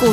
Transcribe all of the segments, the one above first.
股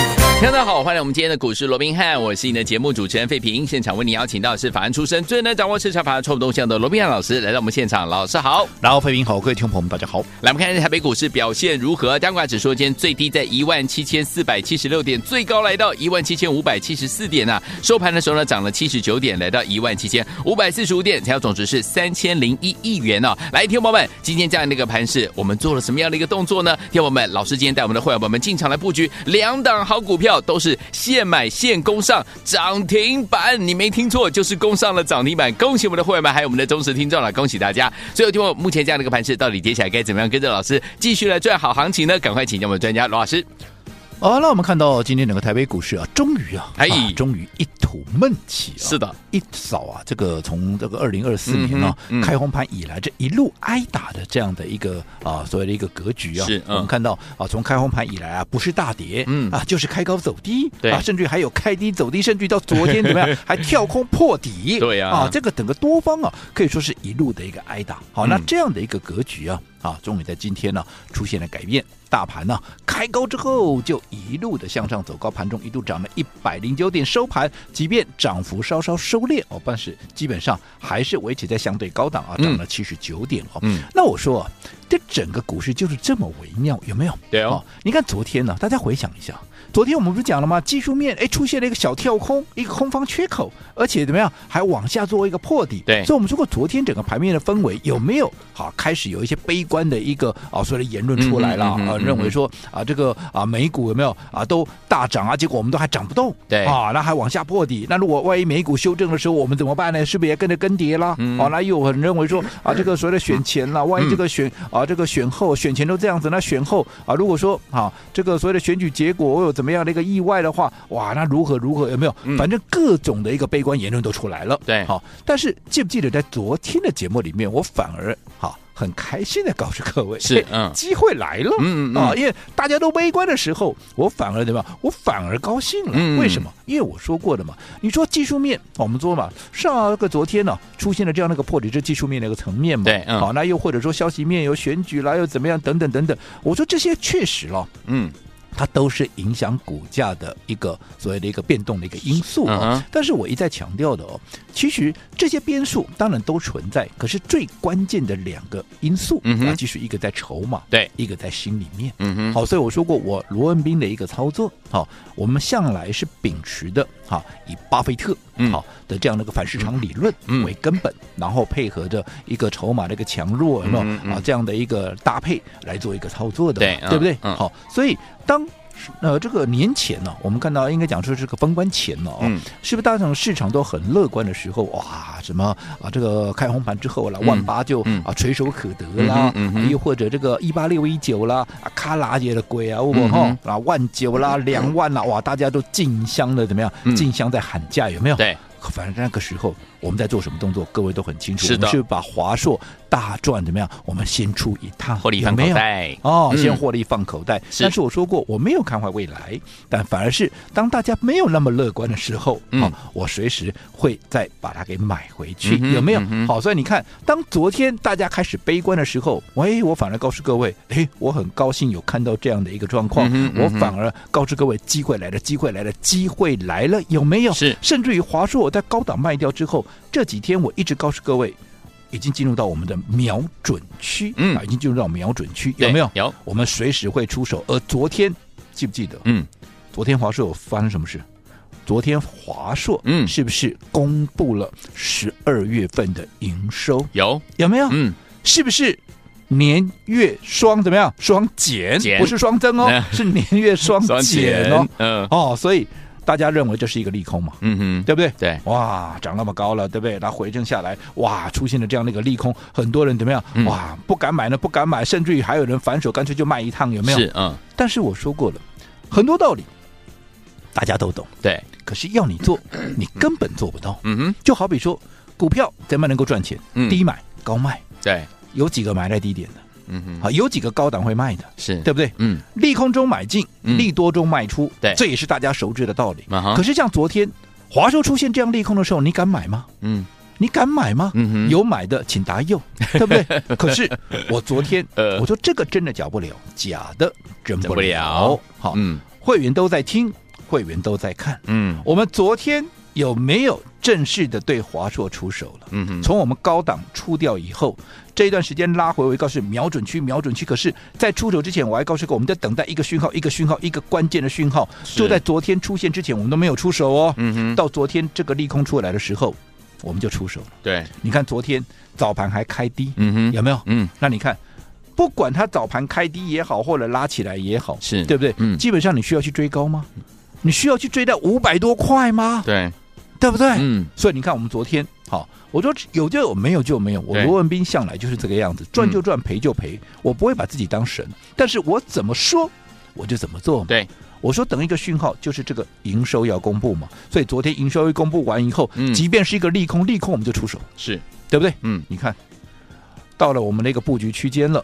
听众大家好，欢迎来我们今天的股市罗宾汉，我是你的节目主持人费平。现场为你邀请到的是法案出身、最能掌握市场法案错误动向的罗宾汉老师来到我们现场，老师好。然后，费平好，各位听众朋友们，大家好。来，我们看一下台北股市表现如何？加权指数今天最低在17,476点，最高来到17,574点呐、收盘的时候呢，涨了79点，来到17,545点，成交总值是3,001亿元哦。来，听众朋友们，今天这样的一个盘势，我们做了什么样的一个动作呢？听众朋友们，老师今天带我们的会员朋友们进场来布局两档好股票，都是现买现攻上涨停板，你没听错，就是攻上了涨停板。恭喜我们的会员们，还有我们的忠实听众了，恭喜大家！最后，听我目前这样的一个盘势，到底接下来该怎么样跟着老师继续来赚好行情呢？赶快请教我们的专家罗老师。哦，那我们看到今天整个台北股市啊，终于啊，哎啊终于一吐闷气啊，是的，一扫啊，这个从这个二零二四年呢、嗯哼嗯开红盘以来，这一路挨打的这样的一个啊所谓的一个格局啊，是嗯我们看到啊，从开红盘以来啊，不是大跌，嗯啊，就是开高走低，对啊，甚至还有开低走低，甚至到昨天怎么 样，还跳空破底，对啊这个整个多方啊，可以说是一路的一个挨打。好，那嗯这样的一个格局啊。啊，终于在今天呢、出现了改变，大盘呢、开高之后就一路的向上走高，盘中一度涨了一百零九点，收盘即便涨幅稍稍收敛哦，但是基本上还是维持在相对高档啊，嗯涨了七十九点哦。嗯，那我说、啊，这整个股市就是这么微妙，有没有？对哦哦，你看昨天呢、大家回想一下，昨天我们不是讲了吗？技术面哎出现了一个小跳空，一个空方缺口，而且怎么样，还往下做一个破底。对所以我们说过，昨天整个盘面的氛围有没有好开始有一些悲观的一个啊所谓的言论出来了啊、嗯嗯嗯嗯嗯认为说啊这个啊美股有没有啊都大涨啊，结果我们都还涨不动，对啊，那还往下破底。那如果万一美股修正的时候，我们怎么办呢？是不是也跟着跟跌了？嗯哦，那又有很认为说啊这个所谓的选前了，万一这个选、啊这个选后选前都这样子，那选后啊如果说啊这个所谓的选举结果我有怎么样的一个意外的话，哇，那如何如何有没有？嗯反正各种的一个悲观言论都出来了。对好，但是记不记得在昨天的节目里面，我反而好很开心的告诉各位，是哎嗯机会来了，嗯嗯嗯啊，因为大家都悲观的时候，我反而怎么样？我反而高兴了，嗯为什么？因为我说过的嘛，你说技术面，哦我们说嘛，上个昨天呢、出现了这样的一个破底，这技术面的一个层面嘛，对嗯好，那又或者说消息面有选举啦，又怎么样等等等等，我说这些确实了。嗯，它都是影响股价的一个所谓的一个变动的一个因素啊、嗯哼但是我一再强调的哦，其实这些变数当然都存在，可是最关键的两个因素、嗯哼啊，就是一个在筹码，对一个在心里面。嗯哼，好，所以我说过，我罗文斌的一个操作，好，我们向来是秉持的，哈，以巴菲特嗯好的这样的一个反市场理论嗯为根本，然后配合着一个筹码的一个强弱，有没有嗯嗯啊嗯？这样的一个搭配来做一个操作的嘛，对嗯对不对？嗯好，所以当。呃，这个年前呢、我们看到应该讲说是个封关前呢、哦，嗯是不是大家市场都很乐观的时候，哇，什么啊，这个开红盘之后了，万八就、嗯啊垂手可得啦，啊嗯哼嗯哼又或者这个一八六一九啦，啊，卡拉也的鬼啊，我嗯哈哼啊万九啦，两万啦，哇，大家都竞相的怎么样嗯？竞相在喊价，有没有？对，反正那个时候我们在做什么动作，各位都很清楚。是的我们是把华硕大赚怎么样？我们先出一趟，获利放有没口有袋，哦，嗯先获利放口袋。是但是我说过，我没有看坏未来，但反而是当大家没有那么乐观的时候，嗯哦，我随时会再把它给买回去，嗯哼有没有？嗯哼好，所以你看，当昨天大家开始悲观的时候，喂，我反而告诉各位，哎，我很高兴有看到这样的一个状况，嗯哼嗯我哼反而告诉各位，机会来了，机会来了，机会来了，有没有？是甚至于华硕我在高档卖掉之后，这几天我一直告诉各位。已经进入到我们的瞄准区，嗯啊已经进入到瞄准区，对有没有？有，我们随时会出手。而昨天记不记得？嗯，昨天华硕有发生什么事？昨天华硕嗯是不是公布了十二月份的营收？有，有没有？嗯，是不是年月双怎么样？双减，减不是双增哦，是年月双 减哦。嗯哦，所以大家认为这是一个利空嘛，嗯哼，对不对？对，哇，涨那么高了，对不对？它回正下来，哇，出现了这样的一个利空，很多人怎么样？嗯哇，不敢买呢，不敢买，甚至于还有人反手干脆就卖一趟，有没有？是，嗯，但是我说过了，很多道理大家都懂，对，可是要你 做，你根本做不到。嗯哼，就好比说，股票怎么能够赚钱？嗯低买高卖，对，有几个买在低点的？嗯哼，啊，有几个高档会卖的，是对，不对？嗯，利空中买进，嗯利多中卖出，对这也是大家熟知的道理。啊哈可是像昨天华硕出现这样利空的时候，你敢买吗？嗯你敢买吗？嗯哼，有买的请答右，对不对？ 可是我昨天呃我说这个真的假不了，假的真整不不了了。，好，嗯会员都在听，会员都在看。嗯我们昨天有没有正式的对华硕出手了？嗯哼，从我们高档出掉以后，这一段时间拉回，我告诉你瞄准区，瞄准区。可是，在出手之前，我还告诉过，我们在等待一个讯号，一个讯号，一个关键的讯号。是就在昨天出现之前，我们都没有出手哦。嗯哼，到昨天这个利空出来的时候，我们就出手了。对，你看昨天早盘还开低，嗯哼，有没有？嗯那你看，不管它早盘开低也好，或者拉起来也好，是对不对？嗯基本上你需要去追高吗？你需要去追到五百多块吗？对，对不对？嗯所以你看，我们昨天好，我说有就有，没有就没有。我对嗯罗文斌向来就是这个样子，赚就赚，赔就赔，我不会把自己当神，但是我怎么说我就怎么做嘛。对，我说等一个讯号，就是这个营收要公布嘛。所以昨天营收一公布完以后，嗯即便是一个利空，利空我们就出手，是，对不对？嗯你看，到了我们那个布局区间了，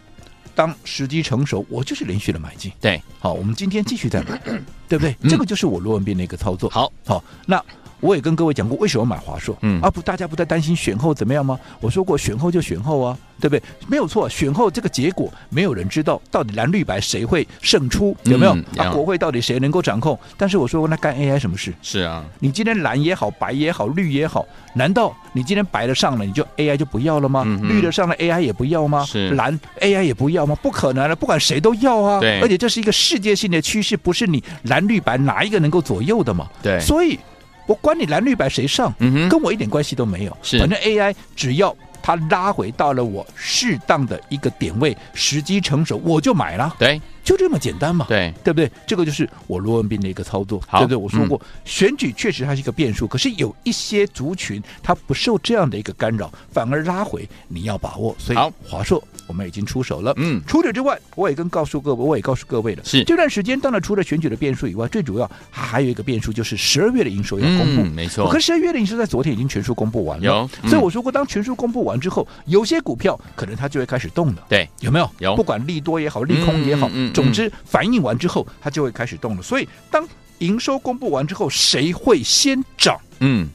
当时机成熟，我就是连续的买进。对，好，我们今天继续再 买，对不对？嗯这个就是我罗文斌的一个操作。好，好，那我也跟各位讲过，为什么买华硕？嗯啊不，大家不在担心选后怎么样吗？我说过，选后就选后啊，对不对？没有错，选后这个结果没有人知道，到底蓝绿白谁会胜出，有没有？嗯啊，有国会到底谁能够掌控？但是我说过，那干 AI 什么事？是啊，你今天蓝也好，白也好，绿也好，难道你今天白的上了，你就 AI 就不要了吗？嗯哼绿的上了，AI 也不要吗？是蓝 AI 也不要吗？不可能的，不管谁都要啊！对而且这是一个世界性的趋势，不是你蓝绿白哪一个能够左右的嘛？对所以我管你蓝绿白谁上，嗯哼，跟我一点关系都没有。是反正 AI 只要它拉回到了我适当的一个点位，时机成熟，我就买了，对就这么简单嘛。对，对不对？这个就是我罗文斌的一个操作，好嗯对不对？我说过，选举确实它是一个变数，可是有一些族群它不受这样的一个干扰，反而拉回，你要把握。所以好，华硕我们已经出手了。嗯除此之外，我也跟告诉各位，我也告诉各位了，是这段时间当然除了选举的变数以外，最主要还有一个变数就是十二月的营收要公布。嗯，没错，可是十二月的营收在昨天已经全数公布完了，有嗯所以我说过，当全数公布完之后，有些股票可能它就会开始动了。对，有没有？有不管利多也好，利空也好，嗯嗯嗯总之反应完之后，它就会开始动了。所以当营收公布完之后，谁会先涨？嗯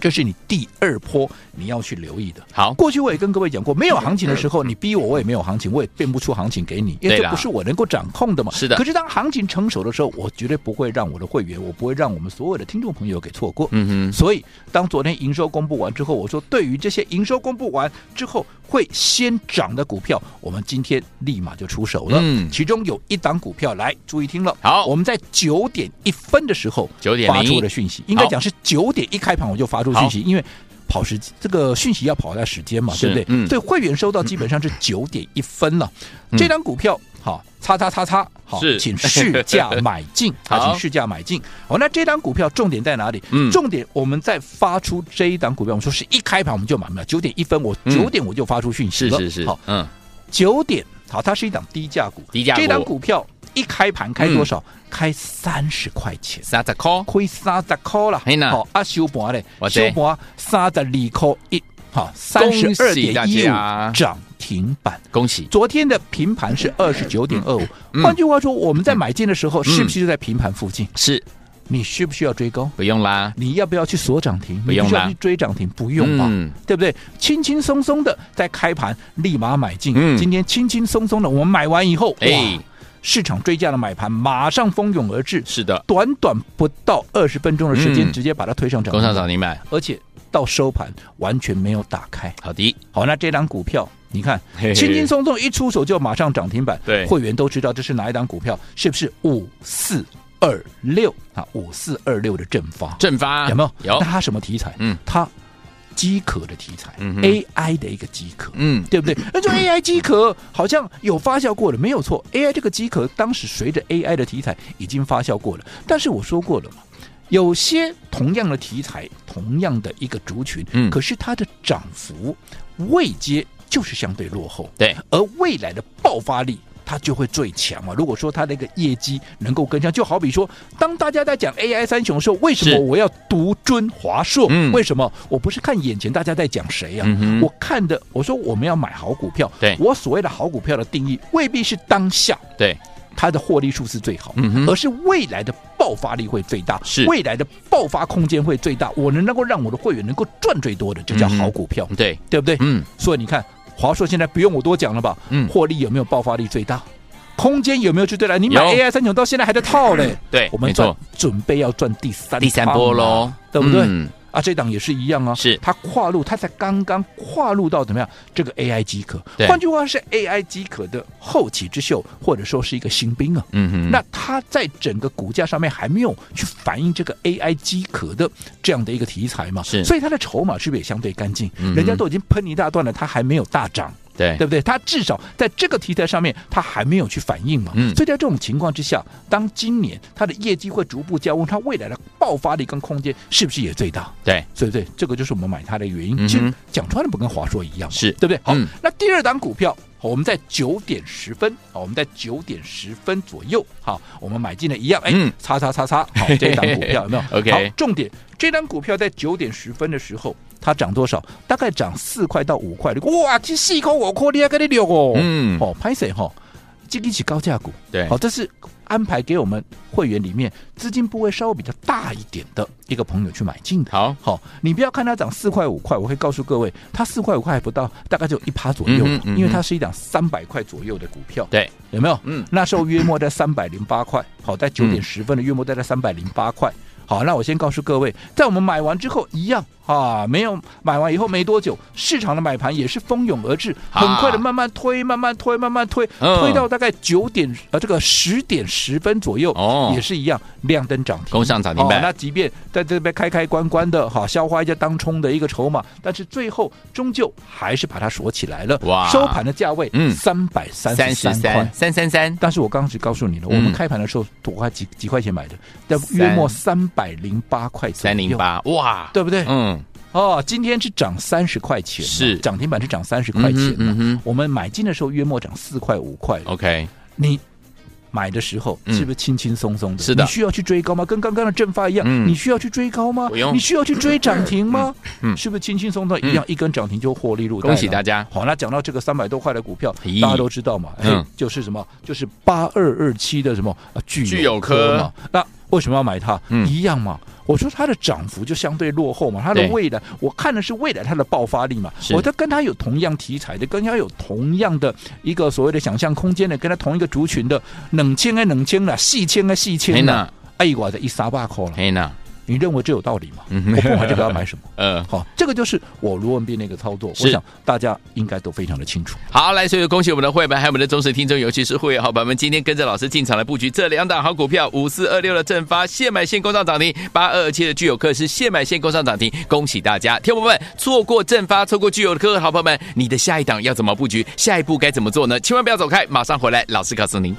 这是你第二波你要去留意的。好，过去我也跟各位讲过，没有行情的时候，你逼我，我也没有行情，我也变不出行情给你，因嗯对为这啦不是我能够掌控的嘛。是的可是当行情成熟的时候，我绝对不会让我的会员，我不会让我们所有的听众朋友给错过。嗯哼，所以，当昨天营收公布完之后，我说对于这些营收公布完之后会先涨的股票，我们今天立马就出手了。嗯其中有一档股票，来注意听了。好我们在九点一分的时候9:01发出了讯息，应该讲是九点一开盘我就发出讯息，因为。跑时这个讯息要跑在时间嘛，是对不对？嗯所以会员收到基本 上是九点一分了。嗯这张股票好，叉叉叉叉好是，请试价买进，好请试价买进。好，那这张股票重点在哪里？嗯重点我们在发出这一档股票，我们说是一开盘我们就买了，九点一分，我嗯九点我就发出讯息是了。是是，好，嗯，九点，好，它是一档低价股，低价股嗯这档股票一开盘开多少？开三十块钱。三十块，亏三十块啦嘿呐，好啊，收盘嘞，我知收盘三十二块一，好，三恭十二喜大点一家五涨停板。恭喜，昨天的平盘是二十九点二五，嗯换句话说，我们在买进的时候，是不是就在平盘附近？是你需不需要追高？不用啦，你要不要去锁涨停？不用啦你需要去追涨停，不用吧？嗯对不对？轻轻松松的在开盘立马买进。嗯今天轻轻松松的，我们买完以后，哎哇，市场追价的买盘马上蜂拥而至，是的，短短不到二十分钟的时间，嗯直接把它推上涨工停商板，找你买，而且到收盘完全没有打开。好的，好，那这档股票，你看嘿嘿轻轻松松一出手就马上涨停板，对会员都知道这是哪一档股票，是不是五四二六啊？五四二六的正发，正发有没有？啊有那，它什么题材？嗯，它饥渴的题材、嗯哼 a i 的一个饥渴。嗯，对不呃对？那就 AI 机壳好像有发酵过了，没有错。AI 这个机壳当时随着 AI 的题材已经发酵过了，但是我说过了嘛，有些同样的题材、同样的一个族群，嗯可是它的涨幅位阶就是相对落后，对，而未来的爆发力。它就会最强嘛。如果说它那个业绩能够跟上，就好比说，当大家在讲 AI 三雄的时候，为什是么我要独尊华硕？嗯为什么我不是看眼前大家在讲谁呀、嗯哼我看的，我说我们要买好股票，对我所谓的好股票的定义，未必是当下对，它的获利数是最好，嗯哼而是未来的爆发力会最大，是未来的爆发空间会最大，我能能够让我的会员能够赚最多的，就叫嗯哼好股票，对，对不对？嗯，所以你看，华硕现在不用我多讲了吧？嗯获利有没有爆发力最大？空间有没有去对了？你买有嗯 AI 三九到现在还在套嘞，对我们没错赚准备要赚第三第三趟波了喽，对不对？嗯啊，这档也是一样啊，是它跨入，它才刚刚跨入到怎么样这个 AI 机壳对，换句话是 AI 机壳的后起之秀，或者说是一个新兵啊。嗯哼，那它在整个股价上面还没有去反映这个 AI 机壳的这样的一个题材嘛，是所以它的筹码是不是也相对干净？嗯哼哎人家都已经喷一大段了，它还没有大涨。对对不对？它至少在这个题材上面，它还没有去反应嘛。嗯所以在这种情况之下，当今年它的业绩会逐步加温，它未来的爆发力跟空间是不是也最大？对，对不对？这个就是我们买它的原因。嗯哼其实讲穿了不跟华硕一样嘛，是对不对？好，嗯那第二档股票。好我们在九点十分，好，我们在九点十分左右，好，我们买进了一样，哎嗯，叉叉 叉叉，好，这一档股票有没有 OK 好，重点，这张股票在九点十分的时候，它涨多少？大概涨四块到五块。哇，这四块五块，你还跟你聊哦。嗯哦，拍谁哈？这个是高价股，哦对好、这是安排给我们会员里面资金部位稍微比较大一点的一个朋友去买进的。好，好、你不要看它涨四块五块，我会告诉各位，它四块五块还不到，大概就一趴左右，嗯哼嗯哼因为它是一档三百块左右的股票，对，有没有？嗯那时候约莫在三百零八块，好，在九点十分的约莫在在三百零八块。好，那我先告诉各位，在我们买完之后一样啊，没有买完以后没多久，市场的买盘也是蜂拥而至，啊很快的慢慢推，慢慢推，慢慢推，嗯推到大概九点呃这个十点十分左右，哦也是一样亮灯涨停，攻上涨停板哦那即便在这边开开关关的，哈，消化一下当冲的一个筹码，但是最后终究还是把它锁起来了。哇收盘的价位，嗯三百三三十十三三块。三三三，但是我刚刚只告诉你了，嗯我们开盘的时候多块几几块钱买的，在约莫三百零八块左三右零，八，哇，哎对不对？嗯，哦，今天是涨三十块钱嘛，是涨停板是涨三十块钱嗯哼嗯嘛哼。我们买进的时候约莫涨四块五块， ，OK，你买的时候嗯是不是轻轻松松的？是的你需要去追高吗？跟刚刚的正发一样，嗯你需要去追高吗？不用你需要去追涨停吗？嗯是不是轻轻松松一样、一根涨停就获利入袋了？恭喜大家好，那讲到这个三百多块的股票咦，大家都知道嘛，哎嗯就是什么，就是八二二七的什么啊聚聚友友科科嘛。那为什么要买它？嗯一样嘛。我说它的涨幅就相对落后嘛，它的对未来我看的是未来它的爆发力嘛是，我在跟它有同样题材的，跟它有同样的一个所谓的想象空间的，跟它同一个族群的，冷清啊冷清了，细清啊细黑清了，娜，哎我的一撒把口了，黑娜，你认为这有道理吗？嗯我不买这个要买什么？呃，好，这个就是我卢文斌那个操作，是我想大家应该都非常的清楚。好，来，所以恭喜我们的会员，还有我们的忠实听众，尤其是会员好朋友们，今天跟着老师进场来布局这两档好股票，五四二六的正发现买现攻上涨停，八二二七的聚友科是现买现攻上涨停，恭喜大家！听众朋友们，错过正发，错过聚友科的好朋友们，你的下一档要怎么布局？下一步该怎么做呢？千万不要走开，马上回来，老师告诉您。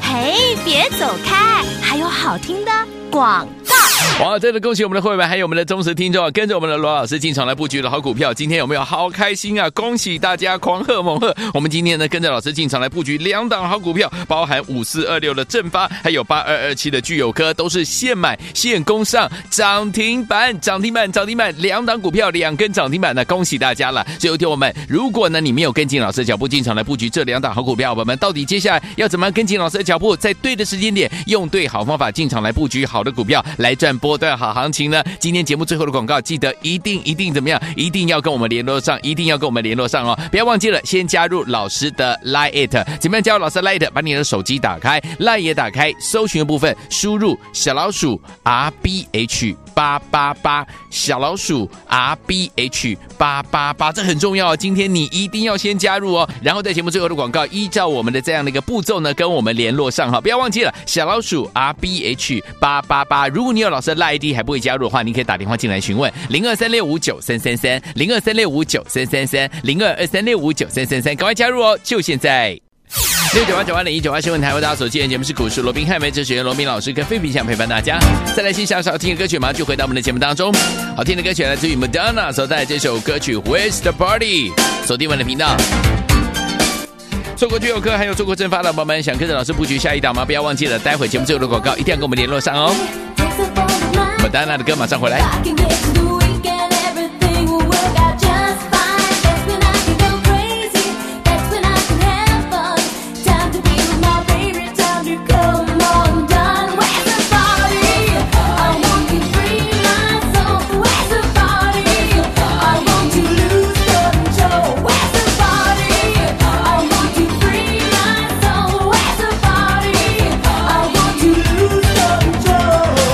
嘿，别走开，还有好听的广告。哇，真的恭喜我们的会员，还有我们的忠实听众啊，跟着我们的罗老师进场来布局的好股票，今天有没有好开心啊？恭喜大家，狂贺猛贺！我们今天呢，跟着老师进场来布局两档好股票，包含五四二六的正发，还有八二二七的聚友科，都是现买现攻上涨停板，涨停板，涨停板，两档股票两根涨停板呢，恭喜大家了！所以，听我们，如果呢你没有跟进老师的脚步进场来布局这两档好股票，我们到底接下来要怎么样跟进老师的脚步，在对的时间点，用对好方法进场来布局好的股票，来赚波段好行情呢？今天节目最后的广告，记得一定一定怎么样，一定要跟我们联络上，一定要跟我们联络上哦！不要忘记了，先加入老师的 Line It，怎么样加入老师的 Line It？把你的手机打开，Line 也打开，搜寻的部分输入小老鼠 R B H 八八八，小老鼠 R B H 八八八，这很重要哦。今天你一定要先加入哦，然后在节目最后的广告，依照我们的这样的一个步骤呢，跟我们联络上哈，不要忘记了小老鼠 R B H 八八八。如果你有老师的赖 ID 还不会加入的话，你可以打电话进来询问零二三六五九三三三零二三六五九三三三零二二三六五九三三三，赶快加入哦，就现在。六九八九八零一九八新闻台为大家所见的节目是股市罗宾汉梅哲学员罗宾老师跟费皮想陪伴大家。再来欣赏好听的歌曲，马上就回到我们的节目当中。好听的歌曲来自于 Madonna 所带来这首歌曲《Where's the Party》，锁定我们的频道。错过聚友哥，还有错过蒸发的宝宝们，想跟着老师布局下一档吗？不要忘记了，待会节目最后的广告一定要跟我们联络上哦。m a d 的歌马上回来。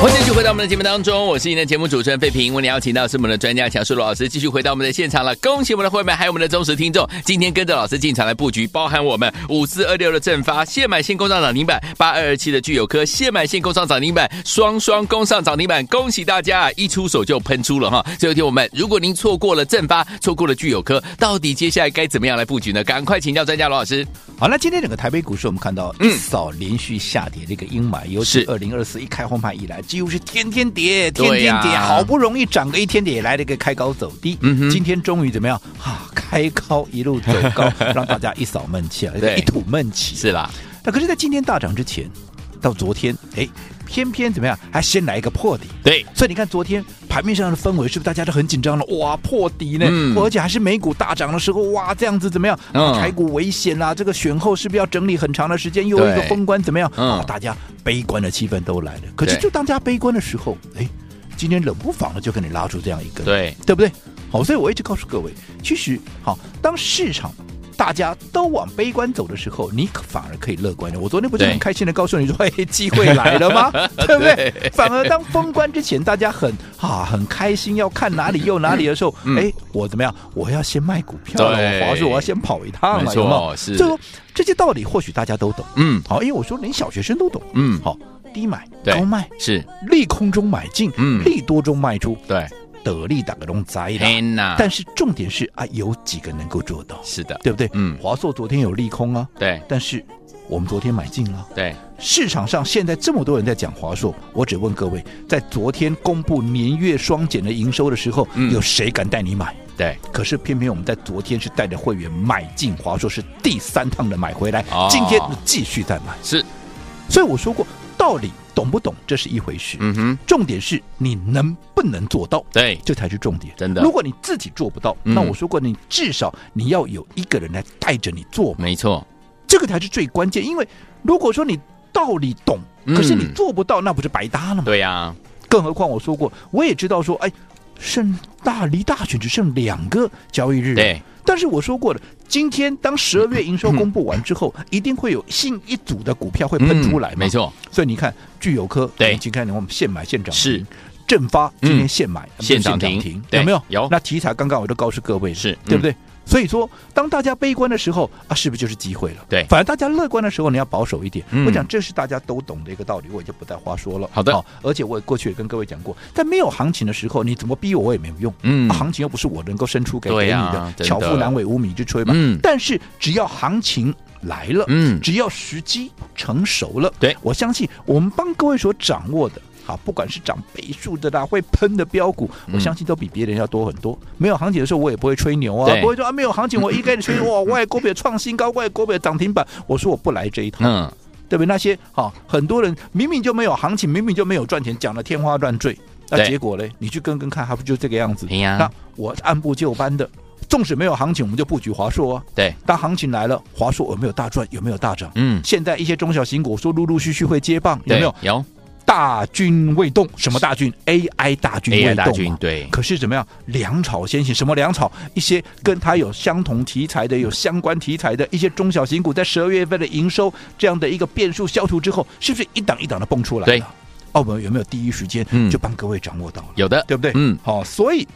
欢迎继续回到我们的节目当中，我是您的节目主持人费平。为您邀请到是我们的专家强叔罗老师，继续回到我们的现场了。恭喜我们的会员，还有我们的忠实听众，今天跟着老师进场来布局，包含我们五四二六的正发，现买现工上涨停板；八二二七的聚友科，现买现工上涨停板，双双攻上涨停板。恭喜大家啊，一出手就喷出了哈！最后一天我们，如果您错过了正发，错过了聚友科，到底接下来该怎么样来布局呢？赶快请教专家罗老师。好，那今天整个台北股市，我们看到一嗯扫连续下跌的一个阴霾，尤其是二零二四一开红盘以来，几乎是天天跌，天对天呀跌，好不容易涨个一天跌，也来了一个开高走低。嗯哼今天终于怎么样 啊？开高一路走 高，让大家一扫闷气啊，对一吐闷气。是啦，那可是，在今天大涨之前，到昨天，哎，偏偏怎么样，还先来一个破底。对，所以你看，昨天盘面上的氛围是不是大家都很紧张了？哇，破底呢，嗯而且还是美股大涨的时候，哇，这样子怎么样？啊嗯台股危险啦、这个选后是不是要整理很长的时间？又有一个对封关怎么样？嗯啊，大家悲观的气氛都来了。可是对就当大家悲观的时候，哎，今天冷不防的就给你拉出这样一根，对，对不对？好，所以我一直告诉各位，其实好，当市场大家都往悲观走的时候，你可反而可以乐观的。我昨天不是对很开心的告诉你说，嘿，机会来了 吗？对不对？反而当封关之前，大家很啊很开心，要看哪里又哪里的时候，嗯哎，我怎么样？我要先卖股票了，对我华硕我要先跑一趟没了，有没有错？是所以说这些道理或许大家都懂，嗯好，因为我说连小学生都懂，嗯，好，低买对高卖，是，利空中买进，嗯利多中卖出，对，得利打个中栽的。天呐，但是重点是啊，有几个能够做到，是的，对不对？嗯华硕昨天有利空啊，对但是我们昨天买进了。对，市场上现在这么多人在讲华硕，我只问各位，在昨天公布年月双减的营收的时候，嗯有谁敢带你买？对，可是偏偏我们在昨天是带着会员买进华硕，是第三趟的买回来，哦今天继续再买。是，所以我说过，道理懂不懂这是一回事，嗯哼，重点是你能不能做到。对，这才是重点，真的如果你自己做不到，嗯那我说过，你至少你要有一个人来带着你做嘛，没错，这个才是最关键。因为如果说你道理懂，嗯可是你做不到，那不是白搭了吗？对呀、更何况我说过，我也知道说，哎，剩大离大选只剩两个交易日，。对，嗯但是我说过了，今天当十二月营收公布完之后，一定会有新一组的股票会喷出来嘛，嗯没。错，所以你看，聚友科对今天我们现买现涨停是正发今嗯天现买、呃不是现涨停对有没有？有那题材刚刚我都告诉各位了，是嗯对不对？所以说，当大家悲观的时候啊，是不是就是机会了？对反而大家乐观的时候，你要保守一点。嗯我讲这是大家都懂的一个道理，我已经不再花说了。好的而且我也过去也跟各位讲过，在没有行情的时候，你怎么逼我，我也没有用。嗯啊行情又不是我能够伸出给给对你呀的，真的巧妇难为无米之炊嘛。嗯但是只要行情来了，嗯只要时机成熟了，对我相信我们帮各位所掌握的。好，不管是涨倍数的啦，会喷的标股，嗯我相信都比别人要多很多。没有行情的时候，我也不会吹牛啊对，不会说啊没有行情，我一概的吹哇，外国别创新高，外国别涨停板，我说我不来这一套，嗯，对不对？那些好、很多人明明就没有行情，明明就没有赚钱，讲的天花乱坠，那对结果嘞，你去跟跟看，还不就这个样子？哎呀那我按部就班的，纵使没有行情，我们就布局华硕啊。对，当行情来了，华硕有没有大赚？有没有大涨？嗯，现在一些中小型股说陆陆续续会接棒，有对没有？有大军未动，什么大军？AI 大军 AI 未大动军嘛。对，可是怎么样？粮草先行，什么粮草？一些跟它有相同题材的、有相关题材的一些中小型股，在十二月份的营收这样的一个变数消除之后，是不是一档一档的蹦出来对了？澳门有没有第一时间嗯就帮各位掌握到了？有的，对不对？嗯，好、所以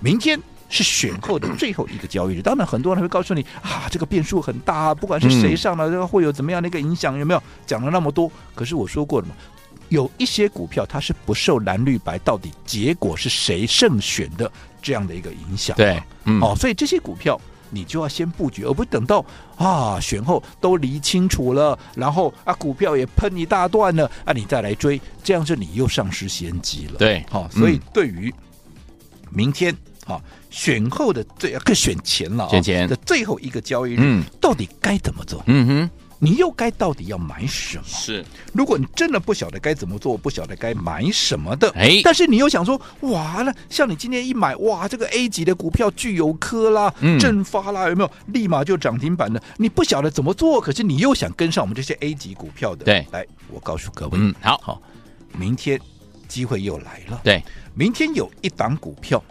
明天。是选后的最后一个交易日，当然很多人会告诉你啊，这个变数很大啊，不管是嗯谁上了，这个会有怎么样的一个影响，有没有？讲了那么多，可是我说过了嘛，有一些股票它是不受蓝绿白到底结果是谁胜选的这样的一个影响。对，嗯，哦，所以这些股票你就要先布局，而不是等到啊选后都理清楚了，然后啊股票也喷一大段了啊，你再来追，这样就你又丧失先机了。对好、嗯所以对于明天好、选后的最可以选前了、哦，选前的最后一个交易日，嗯到底该怎么做？嗯哼，你又该到底要买什么？是如果你真的不晓得该怎么做，不晓得该买什么的，哎但是你又想说，哇，那像你今天一买，哇，这个 A 级的股票具有科啦、嗯振发啦，有没有立马就涨停板的？你不晓得怎么做，可是你又想跟上我们这些 A 级股票的，对来，我告诉各位，嗯好好，明天机会又来了，对，明天有一档股票，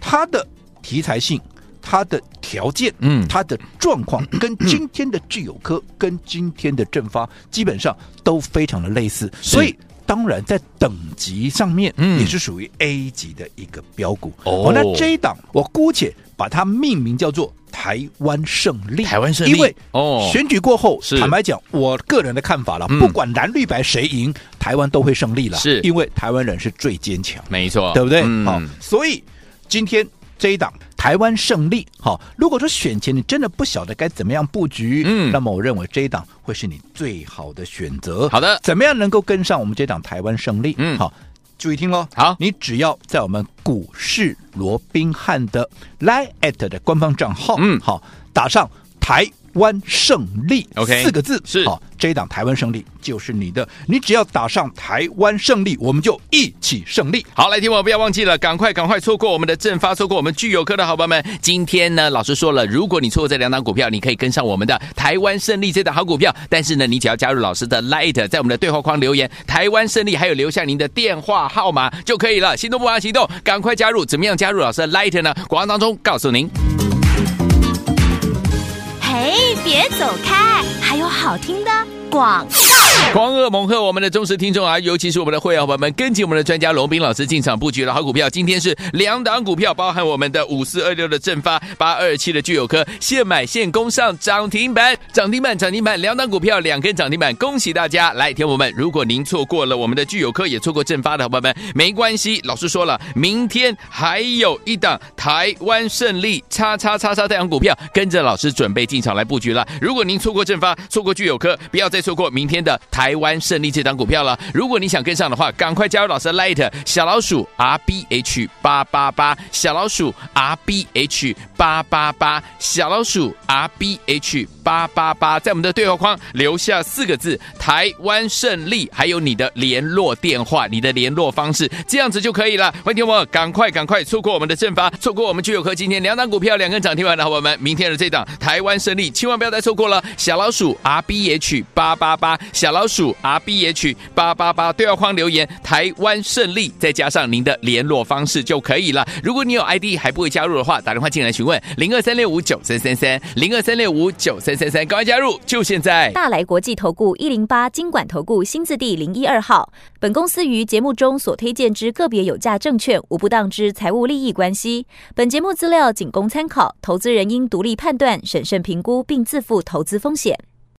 它的题材性。它的条件，嗯它的 状况跟今天的具有科、跟今天的振发基本上都非常的类似，所以。当然，在等级上面嗯也是属于 A 级的一个标股。哦那这一档我姑且把它命名叫做台湾胜利。台湾胜利因为哦选举过后，是坦白讲，我个人的看法了，嗯不管蓝绿白谁赢，台湾都会胜利了。是因为台湾人是最坚强。没错，对不对？嗯好，所以今天这一档台湾胜利，好，如果说选前你真的不晓得该怎么样布局，嗯那么我认为这一档会是你最好的选择。好的怎么样能够跟上我们这档台湾胜利？嗯好，注意听喽。好你只要在我们股市罗宾汉的 Line at 的官方账号，嗯好，打上台。湾胜利 OK，四个字是好，这一档台湾胜利就是你的，你只要打上台湾胜利，我们就一起胜利。好，来听我不要忘记了，赶快赶快错过我们的正发，错过我们聚友科的好朋友们。今天呢，老师说了，如果你错过这两档股票，你可以跟上我们的台湾胜利这档好股票。但是呢，你只要加入老师的 Light，在我们的对话框留言“台湾胜利”，还有留下您的电话号码就可以了。心动不忙行动，赶快加入！怎么样加入老师的 Light 呢？广告当中告诉您。嘿，别走开，还有好听的广。狂恶猛贺我们的忠实听众啊，尤其是我们的会员伙伴们，跟紧我们的专家龙斌老师进场布局了好股票。今天是两档股票，包含我们的五四二六的正发、八二七的聚友科，现买现攻上涨停板，涨停板，涨停板，两档股票两根涨停板，恭喜大家！来，天友们，如果您错过了我们的聚友科，也错过正发的伙伴们，没关系，老师说了，明天还有一档台湾胜利叉叉叉叉太阳股票，跟着老师准备进场来布局了。如果您错过正发，错过聚友科，不要再错过明天的台湾胜利这档股票了。如果你想跟上的话，赶快加入老师的 Light 小老鼠 R B H 八八八，小老鼠 R B H 八八八，小老鼠 R B H 八八八，在我们的对话框留下四个字“台湾胜利”，还有你的联络电话、你的联络方式，这样子就可以了。欢迎听我赶快赶快错过我们的正发，错过我们聚友科今天两档股票两根涨停板的好朋友们，明天的这档台湾胜利千万不要再错过了。小老鼠 R B H 八八八，小老鼠 R B H 八八八，对话框留言台湾胜利，再加上您的联络方式就可以了。如果你有 ID 还不会加入的话，打电话进来询问零二三六五九三三三零二三六五九三三三，赶快加入，就现在。大来国际投顾一零八金管投顾新字第零一二号。本公司于节目中所推荐之个别有价证券，无不当之财务利益关系。本节目资料仅供参考，投资人应独立判断、审慎评估，并自负投资风险。